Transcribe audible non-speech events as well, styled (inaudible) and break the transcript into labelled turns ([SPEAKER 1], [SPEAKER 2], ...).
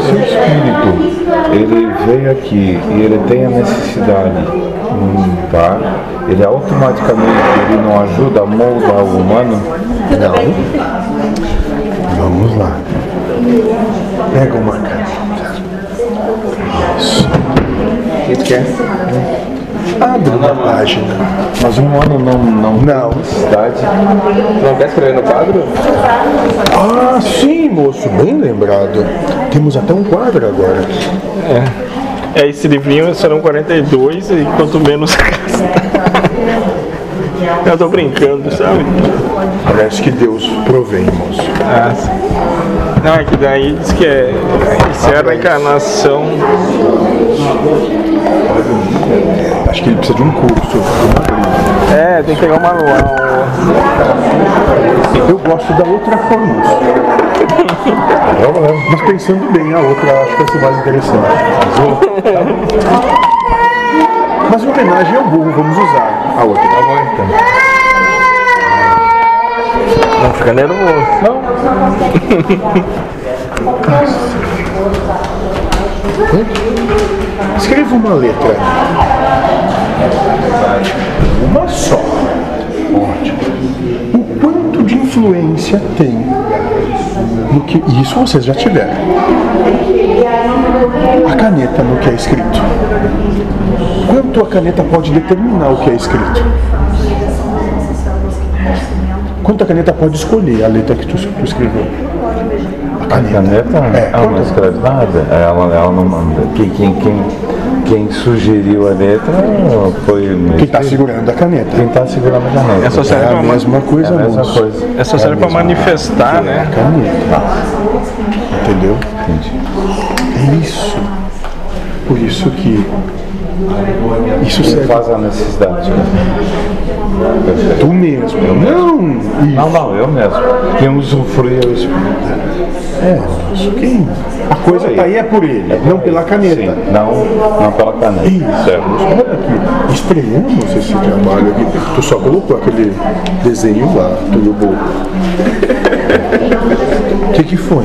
[SPEAKER 1] se o espírito ele veio aqui e ele tem a necessidade, tá? Ele automaticamente ele não ajuda a moldar o humano?
[SPEAKER 2] Não. Vamos lá. Pega uma caneta. Isso.
[SPEAKER 1] O que tu quer?
[SPEAKER 2] Abre uma página.
[SPEAKER 1] Mas um ano não, não,
[SPEAKER 2] Não.
[SPEAKER 1] necessidade. Tu não quer escrever no quadro?
[SPEAKER 2] Ah, sim, moço, bem lembrado. Temos até um quadro agora.
[SPEAKER 3] É, esse livrinho serão 42 e quanto menos gasta. Eu tô brincando, sabe?
[SPEAKER 2] Parece que Deus provém, moço.
[SPEAKER 3] Ah, sim. Não, é que daí diz que é. Isso é a reencarnação.
[SPEAKER 2] Acho que ele precisa de um curso.
[SPEAKER 3] É, tem que pegar o manual.
[SPEAKER 2] Eu gosto da outra forma. Mas pensando bem, a outra acho que vai ser mais interessante. Mas, eu- tá? Mas em homenagem ao burro, vamos usar a outra.
[SPEAKER 3] Não fica nervoso.
[SPEAKER 2] Escreva uma letra. Uma só. Ótimo. O quanto de influência tem no que. Isso vocês já tiveram. A caneta no que é escrito. Quanto a caneta pode determinar o que é escrito? Quanto a caneta pode escolher a letra que tu, tu escreveu? A
[SPEAKER 1] Caneta?
[SPEAKER 2] É,
[SPEAKER 1] Ela não
[SPEAKER 2] quanto-
[SPEAKER 1] escreve nada. É, Ela, ela não manda. Quem, quem, quem, quem sugeriu a letra foi o
[SPEAKER 2] Quem está segurando a caneta.
[SPEAKER 1] Quem tá segurando a caneta.
[SPEAKER 3] É só
[SPEAKER 2] É
[SPEAKER 3] serve
[SPEAKER 2] a
[SPEAKER 3] pra, ma-
[SPEAKER 2] mesma
[SPEAKER 1] É
[SPEAKER 2] coisa,
[SPEAKER 1] a mesma
[SPEAKER 2] moço.
[SPEAKER 1] coisa. É,
[SPEAKER 3] é só serve pra manifestar, né?
[SPEAKER 2] Caneta. Entendeu?
[SPEAKER 1] Entendi.
[SPEAKER 2] É isso. Por isso que isso
[SPEAKER 1] Você
[SPEAKER 2] serve
[SPEAKER 1] faz a necessidade. Perfeito.
[SPEAKER 2] tu mesmo. Não!
[SPEAKER 1] Não,
[SPEAKER 2] Isso.
[SPEAKER 1] não, eu mesmo. Quem usufrui é o espírito.
[SPEAKER 2] É, isso quem? A coisa está aí é por ele, não pela caneta.
[SPEAKER 1] Sim, não, não pela caneta. Certo.
[SPEAKER 2] Olha aqui, estreamos esse trabalho aqui. Tu só colocou aquele desenho lá, (laughs) tu e o burro. O que, que foi?